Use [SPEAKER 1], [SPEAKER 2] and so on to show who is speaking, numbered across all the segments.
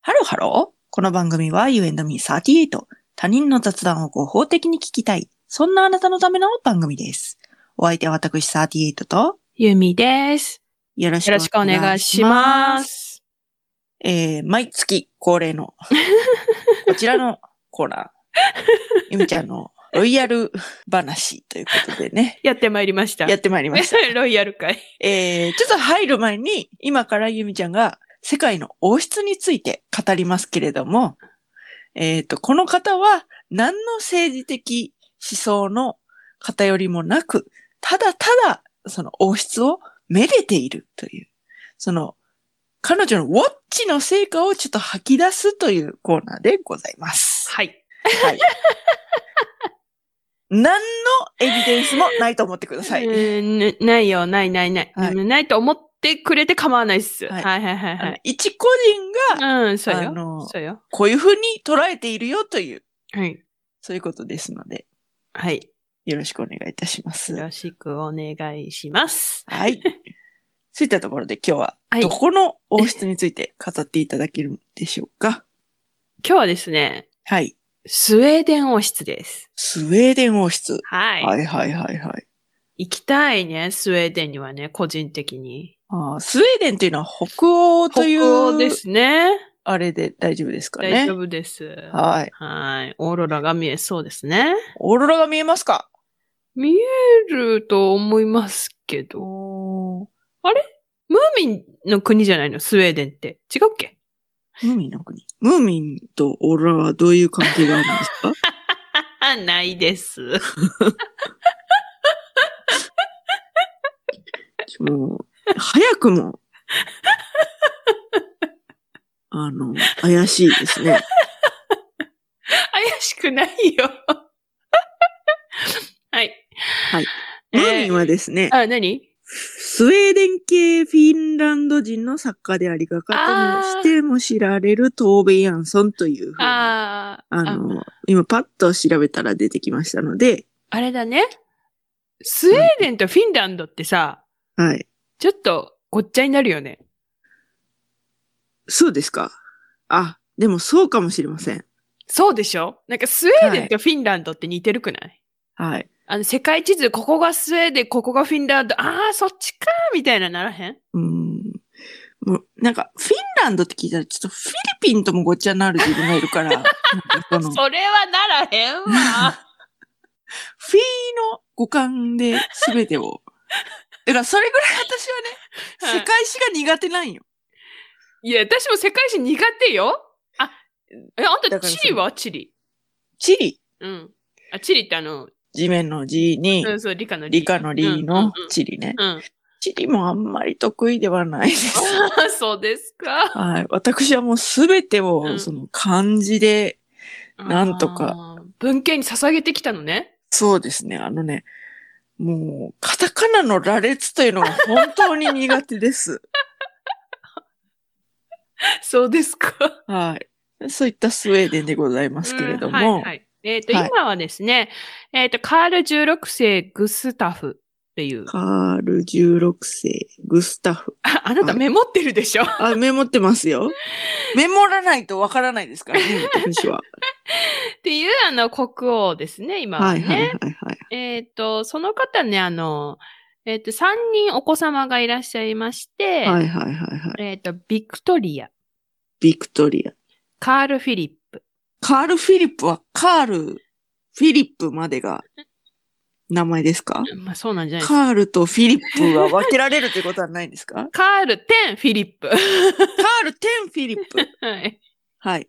[SPEAKER 1] ハローこの番組は You and me38 他人の雑談を合法的に聞きたいそんなあなたのための番組ですお相手は私38と
[SPEAKER 2] ゆみです。
[SPEAKER 1] よろし
[SPEAKER 2] よ
[SPEAKER 1] く
[SPEAKER 2] ろしくお願いしますす。
[SPEAKER 1] えー、毎月恒例 のこちらのコーナーゆみちゃんのロイヤル話ということでね
[SPEAKER 2] やってまいりました。
[SPEAKER 1] やってまいりました
[SPEAKER 2] ロイヤル会。
[SPEAKER 1] えー、ちょっと入る前に、今からゆみちゃんが世界の王室について語りますけれども、えっ、と、この方は何の政治的思想の偏りもなく、ただただその王室をめでているという、その彼女のウォッチの成果をちょっと吐き出すというコーナーでございます。
[SPEAKER 2] はい。
[SPEAKER 1] はい。何のエビデンスもないと思ってください。
[SPEAKER 2] うーんなないよ、ないないない、
[SPEAKER 1] はい
[SPEAKER 2] うんないと思ってくれて構わないっす。
[SPEAKER 1] は
[SPEAKER 2] はいいはいはい
[SPEAKER 1] あ
[SPEAKER 2] は
[SPEAKER 1] の
[SPEAKER 2] い。
[SPEAKER 1] 一個人が、
[SPEAKER 2] うん、そう
[SPEAKER 1] あ
[SPEAKER 2] よ。
[SPEAKER 1] の、
[SPEAKER 2] そうよ。
[SPEAKER 1] こういうふうに捉えているよという、
[SPEAKER 2] はい。
[SPEAKER 1] そういうことですので、
[SPEAKER 2] はい。
[SPEAKER 1] よろしくお願いいたしま
[SPEAKER 2] よ
[SPEAKER 1] す。
[SPEAKER 2] ろしくお願いします。
[SPEAKER 1] はい。そういったところで今日は、
[SPEAKER 2] はい
[SPEAKER 1] どこの王室について語っていただけるんでしょうか。
[SPEAKER 2] 今日はですね、
[SPEAKER 1] はい。
[SPEAKER 2] スウェーデン王室です。
[SPEAKER 1] スウェーデン王室。
[SPEAKER 2] はい。
[SPEAKER 1] はいはいはいはい。
[SPEAKER 2] 行きたいね、スウェーデンにはね、個人的に。
[SPEAKER 1] あースウェーデンというのは北欧という、
[SPEAKER 2] 北欧ですね。
[SPEAKER 1] あれで大丈夫ですかね。
[SPEAKER 2] 大丈夫です。
[SPEAKER 1] はい。
[SPEAKER 2] はい。オーロラが見えそうですね。
[SPEAKER 1] オーロラが見えますか
[SPEAKER 2] 見えると思いますけど。
[SPEAKER 1] おー
[SPEAKER 2] ムーミンの国じゃないのスウェーデンって。違うっけ
[SPEAKER 1] ムーミンの国。ムーミンとオーロラはどういう関係があるんですか
[SPEAKER 2] ないです。
[SPEAKER 1] もう、早くも、 あの、怪しいですね。
[SPEAKER 2] 怪しくない よ。はい。
[SPEAKER 1] はい。
[SPEAKER 2] え
[SPEAKER 1] ムーミンはですね、
[SPEAKER 2] あ、何
[SPEAKER 1] スウェーデン系フィンランド人の作家であり画家としても知られるトーベ・ヤンソンというふうに、あ
[SPEAKER 2] あーあ
[SPEAKER 1] の、今パッと調べたら出てきましたので、
[SPEAKER 2] あれだね。スウェーデンとフィンランドってさ、
[SPEAKER 1] はい。
[SPEAKER 2] ちょっとごっちゃになるよね。
[SPEAKER 1] そうですか。あ、でもそうかもしれません。
[SPEAKER 2] そうでしょなんかスウェーデンとフィンランドって似てるくない、
[SPEAKER 1] はい。
[SPEAKER 2] あの、世界地図、ここがスウェーデン、ここがフィンランド、ああ、そっちかーみたいなならへん
[SPEAKER 1] うん。もう、なんか、フィンランドって聞いたら、ちょっとフィリピンともごっちゃになる自分がいる から、なんかその
[SPEAKER 2] それはならへん わ。
[SPEAKER 1] フィーの五感で全てを。だからそれぐらい私はね、
[SPEAKER 2] はい
[SPEAKER 1] 世界史が苦手なんよ。
[SPEAKER 2] いや、私も世界史苦手よ。あ、え、あ
[SPEAKER 1] だ
[SPEAKER 2] んた
[SPEAKER 1] からその
[SPEAKER 2] チリはチリ。
[SPEAKER 1] 地理。
[SPEAKER 2] うん。あ、チリってあの、
[SPEAKER 1] 地面の地に
[SPEAKER 2] う、ん、そう、理科の
[SPEAKER 1] 理科の理の地理ね。
[SPEAKER 2] うんうんうん。うん。
[SPEAKER 1] 地理もあんまり得意ではないです。
[SPEAKER 2] あーそうですか。
[SPEAKER 1] はい。私はもう全て
[SPEAKER 2] う
[SPEAKER 1] を、
[SPEAKER 2] ん
[SPEAKER 1] その漢字で、 なんとか
[SPEAKER 2] あー。文献に捧げてきたのね。
[SPEAKER 1] そうですね、あのね、もう、カタカナの羅列というのが本当に苦手 です。
[SPEAKER 2] そうですか。
[SPEAKER 1] はい。そういったスウェーデンでございますけれども、
[SPEAKER 2] うんはいはい。えっ、と、
[SPEAKER 1] はい
[SPEAKER 2] 今はですね、えっ、と、カール16世グスタフっていう。
[SPEAKER 1] カール16世、グスタフ、
[SPEAKER 2] ああなたメモってるでしょ
[SPEAKER 1] あ、メモってます よ。メモらないとわからないですからね、私 は。
[SPEAKER 2] っていう、あの、国王ですね、今は
[SPEAKER 1] は
[SPEAKER 2] ね。
[SPEAKER 1] いはいはいはい。
[SPEAKER 2] えっ、と、その方ね、あの、えっ、と、3人お子様がいらっしゃいまして、
[SPEAKER 1] はいはいはいはい。
[SPEAKER 2] えっ、と、ビクトリア、
[SPEAKER 1] ビクトリア。
[SPEAKER 2] カール・フィリップ。
[SPEAKER 1] カール・フィリップはカール・フィリップまで が名前ですか
[SPEAKER 2] まあ、そうなんじゃないですか。
[SPEAKER 1] カールとフィリップは分けられるということはないんですか
[SPEAKER 2] カール・テン・フィリップ。
[SPEAKER 1] カール・テン・フィリップ。
[SPEAKER 2] はい
[SPEAKER 1] はい。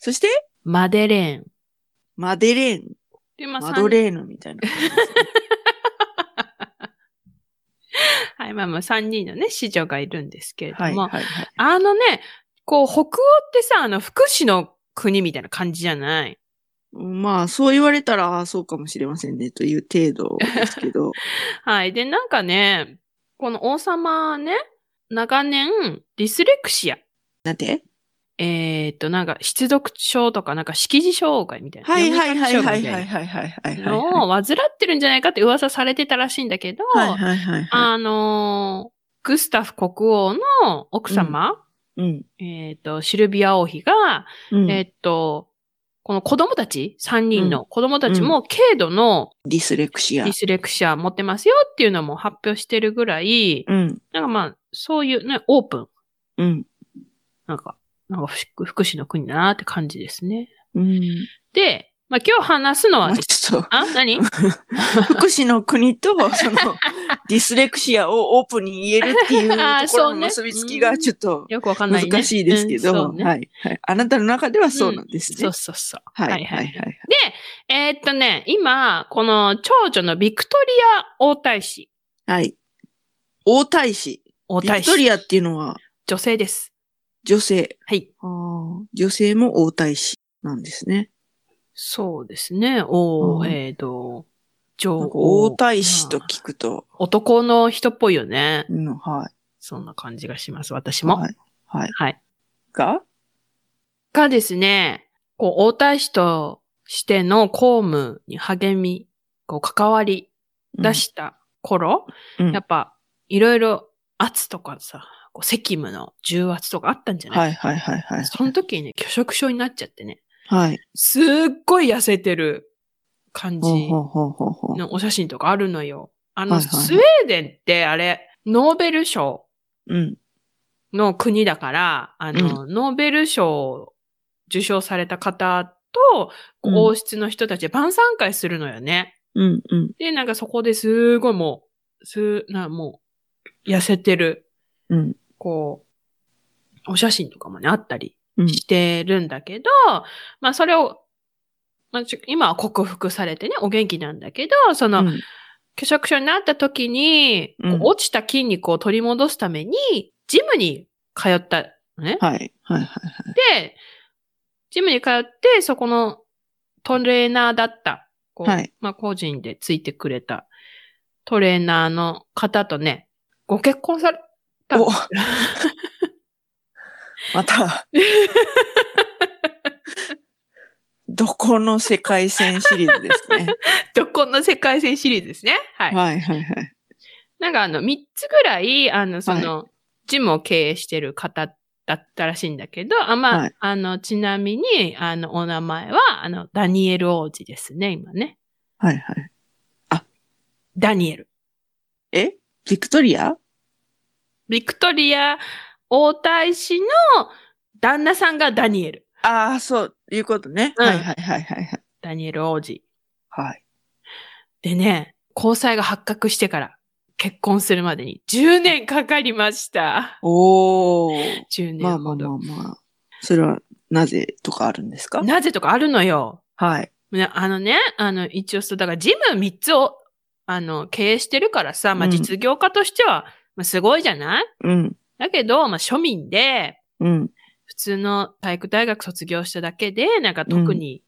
[SPEAKER 1] そして、
[SPEAKER 2] マデレーン。
[SPEAKER 1] マデレーン。
[SPEAKER 2] で、まあ、
[SPEAKER 1] マ
[SPEAKER 2] 三
[SPEAKER 1] ドレーヌみたいな。
[SPEAKER 2] はい、まあまあ、3人のね、子女がいるんですけれども、
[SPEAKER 1] はいはいはい。
[SPEAKER 2] あのね、こう、北欧ってさ、あの、福祉の国みたいな感じじゃない
[SPEAKER 1] まあ、そう言われたら、あそうかもしれませんね、という程度ですけど。
[SPEAKER 2] はい。で、なんかね、この王様はね、長年、ディスレクシア。
[SPEAKER 1] なんて
[SPEAKER 2] えっ、と、なんか、失読症とか、なんか、識字障害みたいな。
[SPEAKER 1] はいはいはいはい
[SPEAKER 2] 読み書き障害みた
[SPEAKER 1] はいいはいはいはいはい。
[SPEAKER 2] なのを患ってるんじゃないかって噂されてたらしいんだけど、
[SPEAKER 1] はいはいはいはい。
[SPEAKER 2] あのーグスタフ国王の奥様
[SPEAKER 1] うん。
[SPEAKER 2] えっ、と、シルビア王妃が、
[SPEAKER 1] うん。
[SPEAKER 2] えっ、と、この子供たち、3人の子供たちも軽度の
[SPEAKER 1] ディスレクシア
[SPEAKER 2] ディ。スレクシア持ってますよっていうのも発表してるぐらい、
[SPEAKER 1] うん。
[SPEAKER 2] なんかまあ、そういうね、オープン、
[SPEAKER 1] うん。
[SPEAKER 2] なんか、なんか福福祉の国だなって感じですね。
[SPEAKER 1] うん。
[SPEAKER 2] で、まあ今日話すのは
[SPEAKER 1] もう、ちょっと、
[SPEAKER 2] あ 何
[SPEAKER 1] 福祉の国と、その、ディスレクシアをオープンに言えるっていうと
[SPEAKER 2] あー
[SPEAKER 1] こ
[SPEAKER 2] そ
[SPEAKER 1] ろ
[SPEAKER 2] う
[SPEAKER 1] の
[SPEAKER 2] ね
[SPEAKER 1] 結びつきがちょっと
[SPEAKER 2] よくわかんない、ね。
[SPEAKER 1] 難しいですけ
[SPEAKER 2] うん
[SPEAKER 1] ど、
[SPEAKER 2] そうね
[SPEAKER 1] はい。はいあなたの中ではそうなんです
[SPEAKER 2] そ
[SPEAKER 1] ね
[SPEAKER 2] う。そうそう。
[SPEAKER 1] はい。はい。
[SPEAKER 2] は
[SPEAKER 1] はいい。
[SPEAKER 2] はいえーっとね、今、この長女のビクトリア王太子。
[SPEAKER 1] はい。王太子。
[SPEAKER 2] 王
[SPEAKER 1] ビク
[SPEAKER 2] 太
[SPEAKER 1] ト
[SPEAKER 2] 子。
[SPEAKER 1] リアっていうのは
[SPEAKER 2] 女性です。
[SPEAKER 1] 女性。
[SPEAKER 2] はい。
[SPEAKER 1] あー女性も王太子なんですね。
[SPEAKER 2] そうですね。王、
[SPEAKER 1] うん
[SPEAKER 2] えーっと、女
[SPEAKER 1] なんか
[SPEAKER 2] 王
[SPEAKER 1] 王太子と聞くと、
[SPEAKER 2] 男の人っぽいよね。
[SPEAKER 1] うん、は
[SPEAKER 2] そんな感じがします。私
[SPEAKER 1] い。
[SPEAKER 2] も。
[SPEAKER 1] はい。はい。
[SPEAKER 2] はい。
[SPEAKER 1] が
[SPEAKER 2] がですね、こう、王太子としての公務に励み、こう、関わり出、した頃、
[SPEAKER 1] うん
[SPEAKER 2] やっぱ、いろいろ圧とかさ、こう責務の重圧とかあったんじ
[SPEAKER 1] う
[SPEAKER 2] ゃ
[SPEAKER 1] ん
[SPEAKER 2] ない、
[SPEAKER 1] はいはいはいはい。
[SPEAKER 2] その時にね、拒食症になっちゃってね、
[SPEAKER 1] はい。
[SPEAKER 2] すっごい痩せてる感じ
[SPEAKER 1] ほうほうほうほうほう。
[SPEAKER 2] のお写真とかあるのよ。あの、
[SPEAKER 1] はいはいはい
[SPEAKER 2] スウェーデンってあれ、ノーベル賞
[SPEAKER 1] うん。
[SPEAKER 2] の国だから、あの、ノーベル賞を受賞された方と、こう
[SPEAKER 1] うん
[SPEAKER 2] 王室の人たちで晩餐会するのよね。
[SPEAKER 1] うんうん。
[SPEAKER 2] で、なんかそこですごいもう、す、な、もう、痩せてる、
[SPEAKER 1] うん。
[SPEAKER 2] こう、お写真とかもね、あったり
[SPEAKER 1] うん。
[SPEAKER 2] してるんだけど、まあそれを、まあ、ちょ今は克服されてね、お元気なんだけど、その、
[SPEAKER 1] うん
[SPEAKER 2] 拒食症になった時に、こう
[SPEAKER 1] うん
[SPEAKER 2] 落ちた筋肉を取り戻すために、ジムに通ったのね。
[SPEAKER 1] はい。はいはいはい。
[SPEAKER 2] で、ジムに通って、そこのトレーナーだった、こう
[SPEAKER 1] はい
[SPEAKER 2] まあ、個人でついてくれたトレーナーの方とね、ご結婚され た。
[SPEAKER 1] お ま た。どこの世界戦シリーズですね。
[SPEAKER 2] どこの世界戦シリーズですね。は い。
[SPEAKER 1] はいはいはい。
[SPEAKER 2] なんかあの、3つぐらい、あの、その、ジムを経営してる方だったらしいんだけど、あ、まあ、
[SPEAKER 1] はい
[SPEAKER 2] あの、ちなみに、あの、お名前は、あの、ダニエル王子ですね、今ね。
[SPEAKER 1] はいはい。
[SPEAKER 2] ダニエル。
[SPEAKER 1] えビクトリア
[SPEAKER 2] ビクトリア王太子の旦那さんがダニエル。
[SPEAKER 1] ああ、そういうことね。
[SPEAKER 2] うん
[SPEAKER 1] はいはいはいはいはい。
[SPEAKER 2] ダニエル王子。
[SPEAKER 1] はい。
[SPEAKER 2] でね、交際が発覚してから結婚するまでに10年かかりました。
[SPEAKER 1] おー。ま
[SPEAKER 2] 10
[SPEAKER 1] あ
[SPEAKER 2] 年
[SPEAKER 1] まあ
[SPEAKER 2] ほ
[SPEAKER 1] ま
[SPEAKER 2] ど。
[SPEAKER 1] あまあ。それはなぜとかあるんですか
[SPEAKER 2] なぜとかあるのよ。
[SPEAKER 1] はい。
[SPEAKER 2] ねあのね、あの、一応そう、だからジム3つを、あの、経営してるからさ、まあ
[SPEAKER 1] うん
[SPEAKER 2] 実業家としては、まあすごいじゃない
[SPEAKER 1] うん。
[SPEAKER 2] だけど、まあ庶民で、
[SPEAKER 1] うん。
[SPEAKER 2] 普通の体育大学卒業しただけで、なんか特に、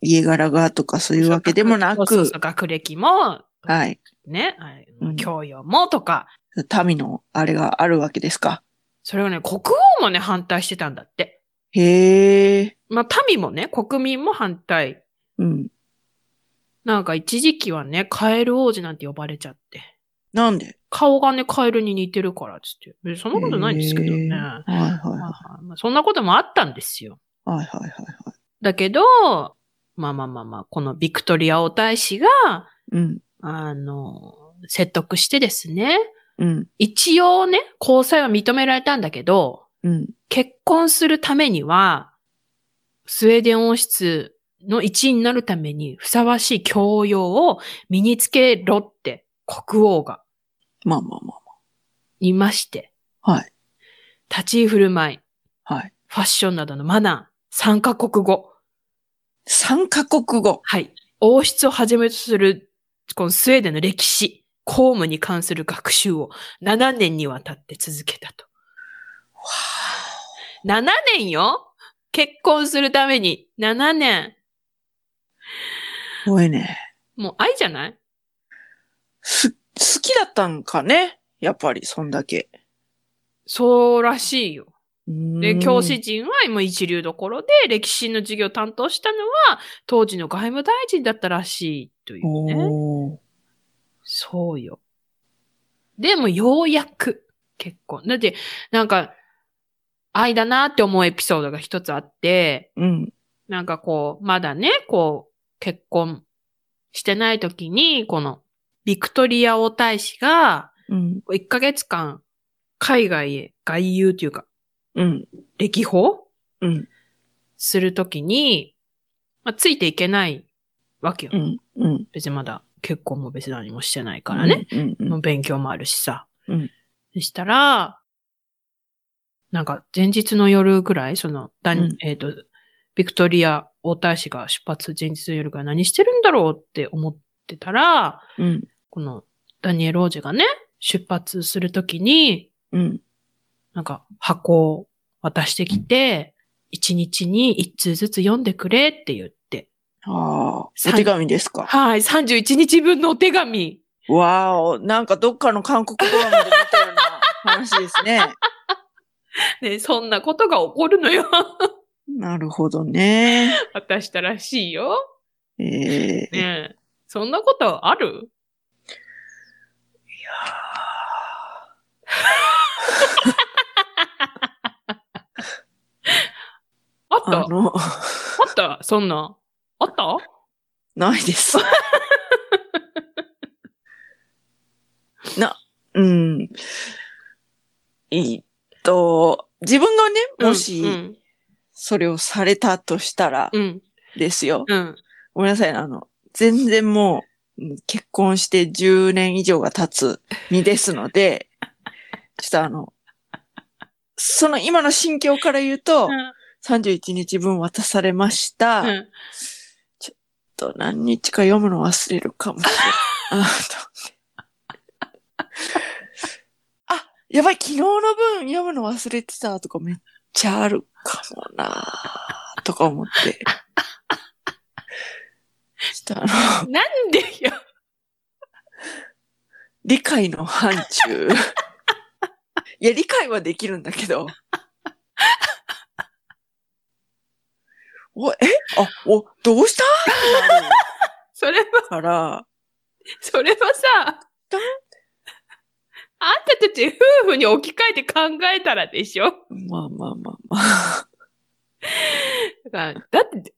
[SPEAKER 1] 家柄がとかそういうわけでもな
[SPEAKER 2] そうそう
[SPEAKER 1] く
[SPEAKER 2] そ、う学歴も、
[SPEAKER 1] はい。
[SPEAKER 2] ね、あれ
[SPEAKER 1] うん
[SPEAKER 2] 教養もとか、
[SPEAKER 1] 民のあれがあるわけですか。
[SPEAKER 2] それをね、国王もね、反対してたんだって。
[SPEAKER 1] へえ。
[SPEAKER 2] まあ、民もね、国民も反対。
[SPEAKER 1] うん。
[SPEAKER 2] なんか一時期はね、カエル王子なんて呼ばれちゃって。
[SPEAKER 1] なんで
[SPEAKER 2] 顔がね、カエルに似てるから、つって。別にそんなことないんですけど
[SPEAKER 1] へ
[SPEAKER 2] ね。
[SPEAKER 1] ー
[SPEAKER 2] ま
[SPEAKER 1] はいはいはい。
[SPEAKER 2] あまあそんなこともあったんですよ。
[SPEAKER 1] はいはいはいはい。
[SPEAKER 2] だけど、まあまあまあまあ、このビクトリア王太子が、
[SPEAKER 1] うん。
[SPEAKER 2] あの、説得してですね、
[SPEAKER 1] うん。
[SPEAKER 2] 一応ね、交際は認められたんだけど、
[SPEAKER 1] うん。
[SPEAKER 2] 結婚するためには、スウェーデン王室の一員になるためにふさわしい教養を身につけろって国王が
[SPEAKER 1] まあまあま
[SPEAKER 2] 言いまして、
[SPEAKER 1] あ。はい。
[SPEAKER 2] 立ち居振る舞い、
[SPEAKER 1] はい。
[SPEAKER 2] ファッションなどのマナー、三カ国語、
[SPEAKER 1] 三カ国語。
[SPEAKER 2] はい、王室をはじめとするこのスウェーデンの歴史、公務に関する学習を7年にわたって続けたと。7年よ結婚するために7年。
[SPEAKER 1] すごいね。
[SPEAKER 2] もう愛じゃない
[SPEAKER 1] す、好きだったんかねやっぱり、そんだけ。
[SPEAKER 2] そうらしいよ。
[SPEAKER 1] で
[SPEAKER 2] で、教師。陣は今一流どころで、歴史の授業を担当したのは、当時の外務大臣だったらしいというね。
[SPEAKER 1] おー。
[SPEAKER 2] そうよ。でも、ようやく結婚。だって、なんか、愛だなって思うエピソードが一つあって、
[SPEAKER 1] うん。
[SPEAKER 2] なんかこう、まだね、こう、結婚してない時に、この、ビクトリア王太子が、
[SPEAKER 1] うん。
[SPEAKER 2] 1ヶ月間、海外へ外遊というか、
[SPEAKER 1] うん。
[SPEAKER 2] 歴訪
[SPEAKER 1] うん。
[SPEAKER 2] するときに、まあ、ついていけないわけよ。
[SPEAKER 1] うん。うん。
[SPEAKER 2] 別にまだ結婚も別に何もしてないからね。。
[SPEAKER 1] うん。う。
[SPEAKER 2] もうん勉強もあるしさ。
[SPEAKER 1] うん
[SPEAKER 2] そしたら、なんか前日の夜ぐらい、その、だ
[SPEAKER 1] うん
[SPEAKER 2] えっ、と、ビクトリア王太子が出発前日の夜から何してるんだろうって思ってたら、
[SPEAKER 1] うん。
[SPEAKER 2] このダニエル王子がね、出発するときに、
[SPEAKER 1] うん。
[SPEAKER 2] なんか箱を渡してきて、一日に一通ずつ読んでくれって言って。
[SPEAKER 1] ああ。お
[SPEAKER 2] さ
[SPEAKER 1] 手紙ですか。
[SPEAKER 2] はい、31日分のお手紙。
[SPEAKER 1] わーお、なんかどっかの韓国ドラマで見たような話です ね。
[SPEAKER 2] ね、そんなことが起こるのよ。
[SPEAKER 1] なるほどね。
[SPEAKER 2] 渡したらしいよ。
[SPEAKER 1] えー
[SPEAKER 2] ねえそんなことあるあった
[SPEAKER 1] あ
[SPEAKER 2] あ
[SPEAKER 1] の、
[SPEAKER 2] ったそんな。あった
[SPEAKER 1] ないです。 な、うん。えっと、自分がね、も
[SPEAKER 2] う
[SPEAKER 1] し、
[SPEAKER 2] ん。
[SPEAKER 1] それをされたとしたら
[SPEAKER 2] うん。
[SPEAKER 1] ですよ。
[SPEAKER 2] うん。
[SPEAKER 1] ごめんなさいね、あの、全然もう、うん結婚して10年以上が経つ身ですので、 ちょっとあの、その今の心境から言うと、31日分渡されました。
[SPEAKER 2] う
[SPEAKER 1] えっ
[SPEAKER 2] ん
[SPEAKER 1] と何日か読むの忘れるかもしれない。あとあ、やばい、昨日の分読むの忘れてたとかめっちゃあるかもなとか思って。ちょっとあの、
[SPEAKER 2] なんでよ。
[SPEAKER 1] 理解の範疇。いや、理解はできるんだけど。お、えあ、お、どうしたってなる
[SPEAKER 2] それは、
[SPEAKER 1] から、
[SPEAKER 2] それはさ
[SPEAKER 1] ど、
[SPEAKER 2] あんたたち夫婦に置き換えて考えたらでしょ
[SPEAKER 1] まあまあまあまあ。
[SPEAKER 2] だからだって、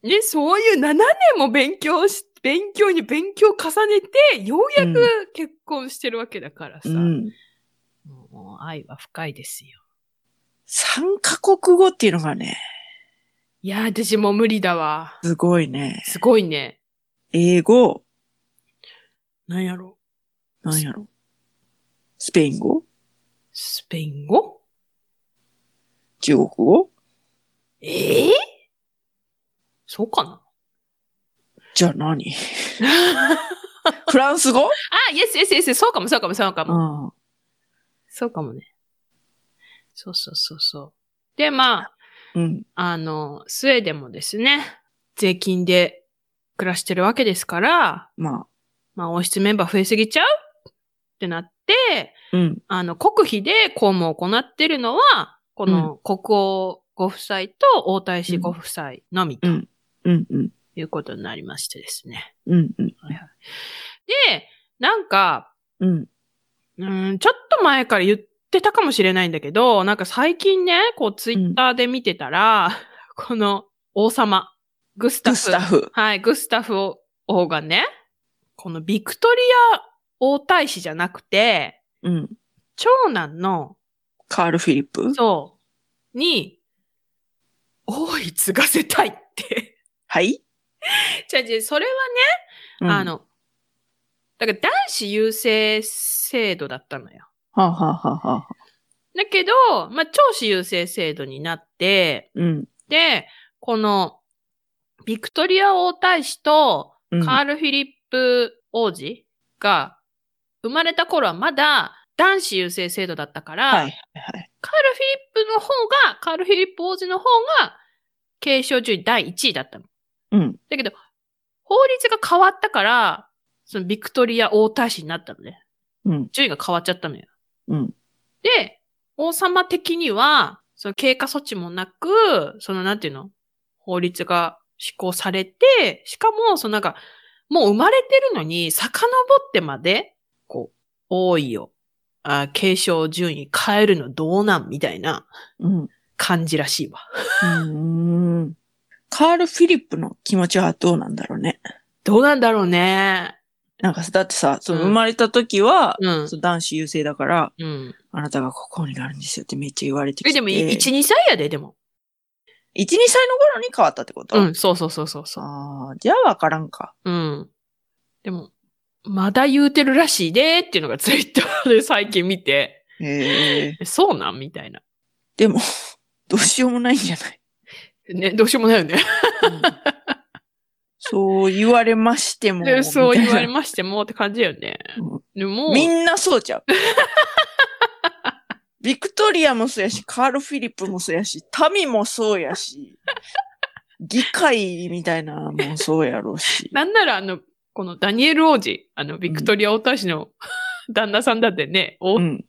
[SPEAKER 2] ね、そういう7年も勉強し、勉強に勉強を重ねて、ようやく結婚してるわけだからさ。
[SPEAKER 1] うん。
[SPEAKER 2] もう愛は深いですよ。
[SPEAKER 1] 3カ国語っていうのがね、
[SPEAKER 2] いやー、私もう無理だわ。
[SPEAKER 1] すごいね。
[SPEAKER 2] すごいね。
[SPEAKER 1] 英語、
[SPEAKER 2] なんやろ
[SPEAKER 1] なんやろ。スペイン語
[SPEAKER 2] スペイン語
[SPEAKER 1] 中国語
[SPEAKER 2] ええそうかな
[SPEAKER 1] じゃあ 何
[SPEAKER 2] あ、
[SPEAKER 1] フランス語
[SPEAKER 2] イエスイエスイエス、そうかもそうかもそうかも。
[SPEAKER 1] うん。
[SPEAKER 2] そうかもね。そうそうそうそう。で、まあ、
[SPEAKER 1] うん。
[SPEAKER 2] あの、スウェーデンもですね、税金で暮らしてるわけですから、
[SPEAKER 1] まあ。
[SPEAKER 2] まあ、王室メンバー増えすぎちゃうってなって、
[SPEAKER 1] うん。
[SPEAKER 2] あの、国費で公務を行ってるのは、この国王ご夫妻と王太子ご夫妻のみと
[SPEAKER 1] うんうんうん。
[SPEAKER 2] いうことになりましてですね。
[SPEAKER 1] うんうん。
[SPEAKER 2] で、なんか、
[SPEAKER 1] うん。
[SPEAKER 2] うん、ちょっと前から言ってたかもしれないんだけど、なんか最近ね、こうツイッターで見てたら、 この王様、グスタ
[SPEAKER 1] グ
[SPEAKER 2] フ。
[SPEAKER 1] スタフ。
[SPEAKER 2] はい、グスタフ王がね、このビクトリア王太子じゃなくて、
[SPEAKER 1] うん。
[SPEAKER 2] 長男の、
[SPEAKER 1] カール・フィリップ
[SPEAKER 2] そう、に、王位継がせたいって。
[SPEAKER 1] はい、
[SPEAKER 2] じゃあじゃあそれは
[SPEAKER 1] うん
[SPEAKER 2] ね、あ。の、だから男子優勢制度だったのよ。
[SPEAKER 1] はあ、はあはあはあ、
[SPEAKER 2] だけど、まあ、長子優勢制度になって、
[SPEAKER 1] うん。
[SPEAKER 2] で、この、ビクトリア王太子と
[SPEAKER 1] うん
[SPEAKER 2] カール・フィリップ王子が生まれた頃はまだ男子優勢制度だったから、
[SPEAKER 1] はい。はい。
[SPEAKER 2] カール・フィリップの方が、カール・フィリップ王子の方が継承順位第1位だったの。
[SPEAKER 1] うん。
[SPEAKER 2] だけど、法律が変わったから、そのビクトリア王太子になったのね。
[SPEAKER 1] うん。
[SPEAKER 2] 順位が変わっちゃったのよ。
[SPEAKER 1] うん。
[SPEAKER 2] で、王様的には、その経過措置もなく、そのなんていうの法律が施行されて、しかも、そのなんか、もう生まれてるのに、遡ってまで、こう、王位を、あ継承順位変えるのどうなんみたいな
[SPEAKER 1] うん。
[SPEAKER 2] 感じらしいわ。
[SPEAKER 1] うんカール・フィリップの気持ちはどうなんだろうね。
[SPEAKER 2] どうなんだろうね。
[SPEAKER 1] なんかさ、だってさ、その
[SPEAKER 2] うん
[SPEAKER 1] 生まれた時は、
[SPEAKER 2] うん
[SPEAKER 1] そ。の男子優勢だから、
[SPEAKER 2] うん。
[SPEAKER 1] あなたがここになるんですよってめっちゃ言われてきて。
[SPEAKER 2] え、でも、い1、2歳やで、でも。
[SPEAKER 1] 1、2歳の頃に変わったってこと
[SPEAKER 2] うん、そうそうそうそうそう。
[SPEAKER 1] ああ、じゃあわからんか。
[SPEAKER 2] うん。でも、まだ言うてるらしいで、っていうのがツイッターで最近見て、
[SPEAKER 1] ええ
[SPEAKER 2] えそうなんみたいな。
[SPEAKER 1] でも、 どうしようもないんじゃない、
[SPEAKER 2] ね、どうしようもないよね。
[SPEAKER 1] そう言われましても。
[SPEAKER 2] で そう言われ
[SPEAKER 1] ま
[SPEAKER 2] ましてもって感じだよね。
[SPEAKER 1] うん
[SPEAKER 2] でも、
[SPEAKER 1] みんなそう じゃん。ビクトリアもそうやし、カール・フィリップもそうやし、民もそうやし、議会みたいなもんそうやろうし。
[SPEAKER 2] なんならあの、このダニエル王子、あの、ビクトリア王太子の 旦那さんだってね、お
[SPEAKER 1] うん。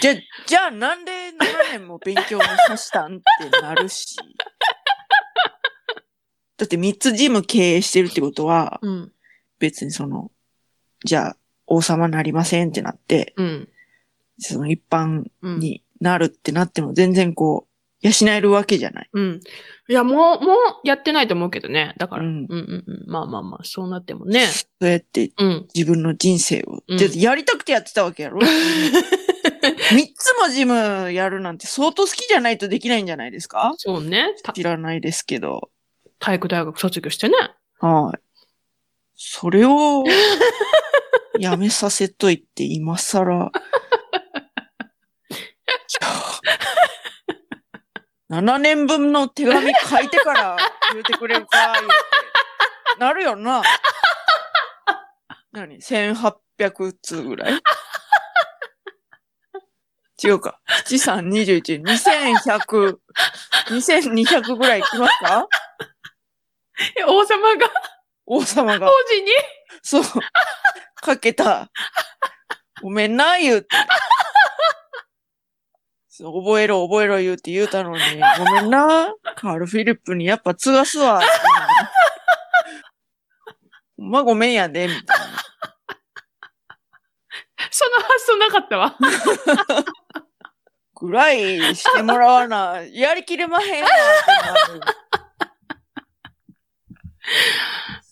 [SPEAKER 1] じゃ、じゃあなんで7年も勉強もさしたんってなるし。だって3つジム経営してるってことは、
[SPEAKER 2] うん、
[SPEAKER 1] 別にその、じゃあ王様なりませんってなって、
[SPEAKER 2] うん、
[SPEAKER 1] その一般
[SPEAKER 2] うん。
[SPEAKER 1] になるってなっても全然こう、養えるわけじゃない。
[SPEAKER 2] うん。いや、もう、もうやってないと思うけどね。だから、
[SPEAKER 1] う
[SPEAKER 2] うんん、うん、うん。まあまあまあ、そうなってもね。
[SPEAKER 1] そうやって
[SPEAKER 2] うん。
[SPEAKER 1] 自分の人生を、
[SPEAKER 2] うん
[SPEAKER 1] でやりたくてやってたわけやろ三つもジムやるなんて相当好きじゃないとできないんじゃないですか
[SPEAKER 2] そうね。た
[SPEAKER 1] 知らないですけど。
[SPEAKER 2] 体育大学卒業してね。
[SPEAKER 1] はい。それを、やめさせといて、今更。い や7年分の手紙書いてから言うてくれるかいって。なるよな。何 ?1800 通ぐらい違うか。7321、2100、2200ぐらい来ますか
[SPEAKER 2] え王様が、
[SPEAKER 1] 王様
[SPEAKER 2] 王
[SPEAKER 1] が。
[SPEAKER 2] 子に
[SPEAKER 1] そう。かけた。ごめんな、言うて。そう覚えろ、覚えろ言うて言うたのに、ごめんな。カール・フィリップにやっぱ継がすわ。ほんまごめんやで、みたいな。
[SPEAKER 2] その発想なかったわ。
[SPEAKER 1] ぐらいしてもらわな、やりきれまへんわってなる。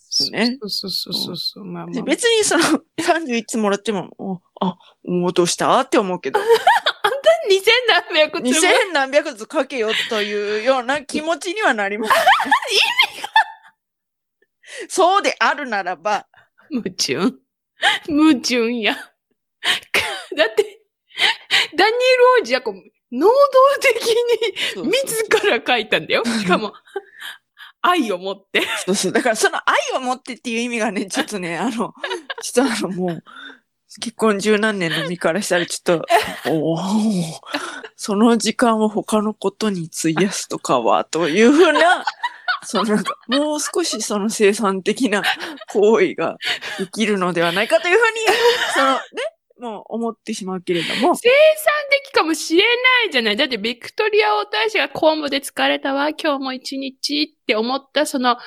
[SPEAKER 1] すね
[SPEAKER 2] そうそうそうそうそう。まあま
[SPEAKER 1] で
[SPEAKER 2] あ。
[SPEAKER 1] 別にその31つもらっても、おあ、もうどうしたって思うけど。
[SPEAKER 2] に2000何百
[SPEAKER 1] 二
[SPEAKER 2] 粒
[SPEAKER 1] 千何百図書けよというような気持ちにはなります、ね。意味がそうであるならば、
[SPEAKER 2] 矛盾。矛盾や。 だって、ダニエル王子はこう、能動的
[SPEAKER 1] そう
[SPEAKER 2] に自ら書いたんだよ。しかも、 愛を持って。
[SPEAKER 1] そうそう。だからその愛を持ってっていう意味がね、ちょっとね、あの、ちょっとあのもう、結婚十何年の身からしたらちょっと、おーその時間を他のことに費やすとかは、というふうな、そのなんか、もう少しその生産的な行為ができるのではないかというふうに、そのね、もう思ってしまうけれども、
[SPEAKER 2] 生産的かもしれないじゃない。だって、ビクトリア王太子が公務で疲れたわ、今日も一日って思った、その、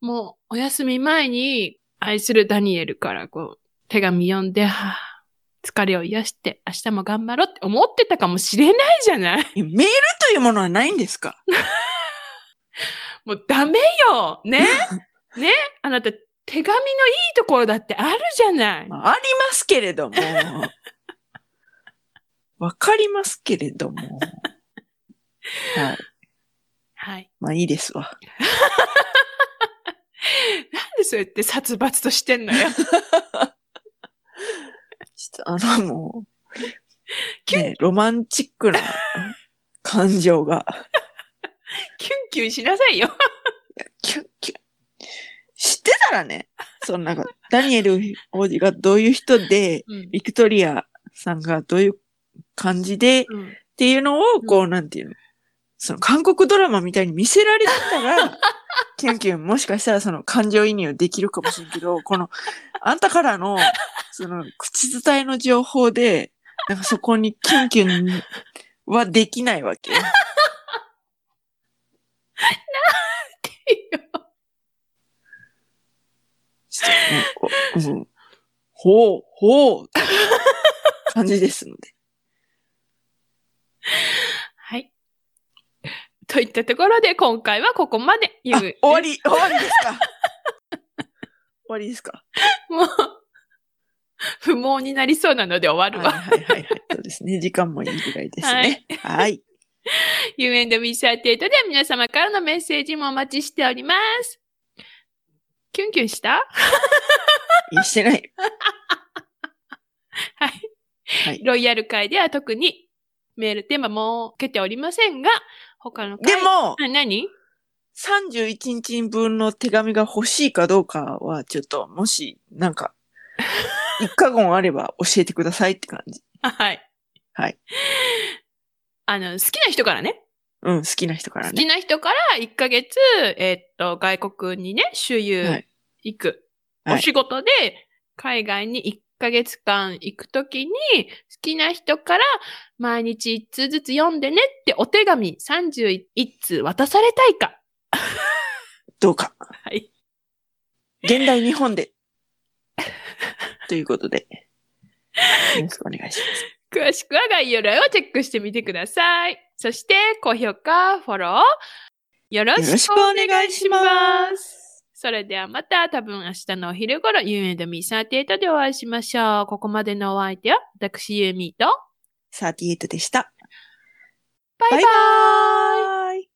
[SPEAKER 2] もう、お休み前に、愛するダニエルから、こう、手紙読んで、はあ疲れを癒して、明日も頑張ろうって思ってたかもしれないじゃな
[SPEAKER 1] メ
[SPEAKER 2] い。
[SPEAKER 1] ールというものはないんですか
[SPEAKER 2] もうダメよね ねあなた、手紙のいいところだってあるじゃない。
[SPEAKER 1] まあ、ありますけれ ども。わかりますけれども。はい。
[SPEAKER 2] はい。
[SPEAKER 1] まあいいですわ。
[SPEAKER 2] なんでそうやって殺伐としてんのよ。
[SPEAKER 1] ちょっとあのもう、ね、ロマンチックな感情が、
[SPEAKER 2] キュンキュンしなさいよ。
[SPEAKER 1] キュッキュッ。知ってたらね、そのなんか、ダニエル王子がどういう人で、
[SPEAKER 2] うん
[SPEAKER 1] ビクトリアさんがどういう感じで、っていうのを、こう、なんていうの、その韓国ドラマみたいに見せられてた ら、キュンキュンもしかしたらその感情移入できるかもしれんけど、この、あんたからの、その、口伝えの情報で、なんかそこにキュンキュンはできないわけ。ちょっとうんおうんほう、ほう、感じですので。
[SPEAKER 2] はい。といったところで、今回はここまで。ゆう
[SPEAKER 1] あ終わり、終わりです か終わりですか
[SPEAKER 2] もう、不毛になりそうなので終わ
[SPEAKER 1] はいは
[SPEAKER 2] るわ。
[SPEAKER 1] いはいはい。そうですね。時間もいいぐらいですね。はい。
[SPEAKER 2] You and me 38では皆様からのメッセージもお待ちしております。キュンキュンした
[SPEAKER 1] いいして ない。
[SPEAKER 2] はい。
[SPEAKER 1] はい
[SPEAKER 2] ロイヤル会では特にメールテーマ設けておりませんが、他の会
[SPEAKER 1] で、も、
[SPEAKER 2] あ何
[SPEAKER 1] 31日分の手紙が欲しいかどうかは、ちょっと、もし、なん か、一過言あれば教えてくださいって感じ。
[SPEAKER 2] あはい。
[SPEAKER 1] はい。
[SPEAKER 2] あの、好きな人からね。
[SPEAKER 1] うん、好きな人から
[SPEAKER 2] 好
[SPEAKER 1] ね。
[SPEAKER 2] きな人から1ヶ月、えーっと、外国にね、周
[SPEAKER 1] は
[SPEAKER 2] 遊
[SPEAKER 1] い
[SPEAKER 2] 行く。
[SPEAKER 1] はい
[SPEAKER 2] お仕事で海外に1ヶ月間行くときに、好きな人から毎日1通ずつ読んでねってお手紙31通渡されたいか。
[SPEAKER 1] どうか。
[SPEAKER 2] はい。
[SPEAKER 1] 現代日本 で。ということで。よろしくお願いします。
[SPEAKER 2] 詳しくは概要欄をチェックしてみてください。そして、高評価、フォロー、よろ
[SPEAKER 1] よろ
[SPEAKER 2] し
[SPEAKER 1] し
[SPEAKER 2] く
[SPEAKER 1] く
[SPEAKER 2] お
[SPEAKER 1] お
[SPEAKER 2] 願
[SPEAKER 1] 願
[SPEAKER 2] い
[SPEAKER 1] い
[SPEAKER 2] し
[SPEAKER 1] し
[SPEAKER 2] ま。
[SPEAKER 1] ます
[SPEAKER 2] それではまた多分明日のお昼頃、ゆうえとみ38でお会いしましょう。ここまでのお相手は、私ゆうみと、
[SPEAKER 1] 38でした。
[SPEAKER 2] バイバ
[SPEAKER 1] バイ
[SPEAKER 2] イ
[SPEAKER 1] バーイ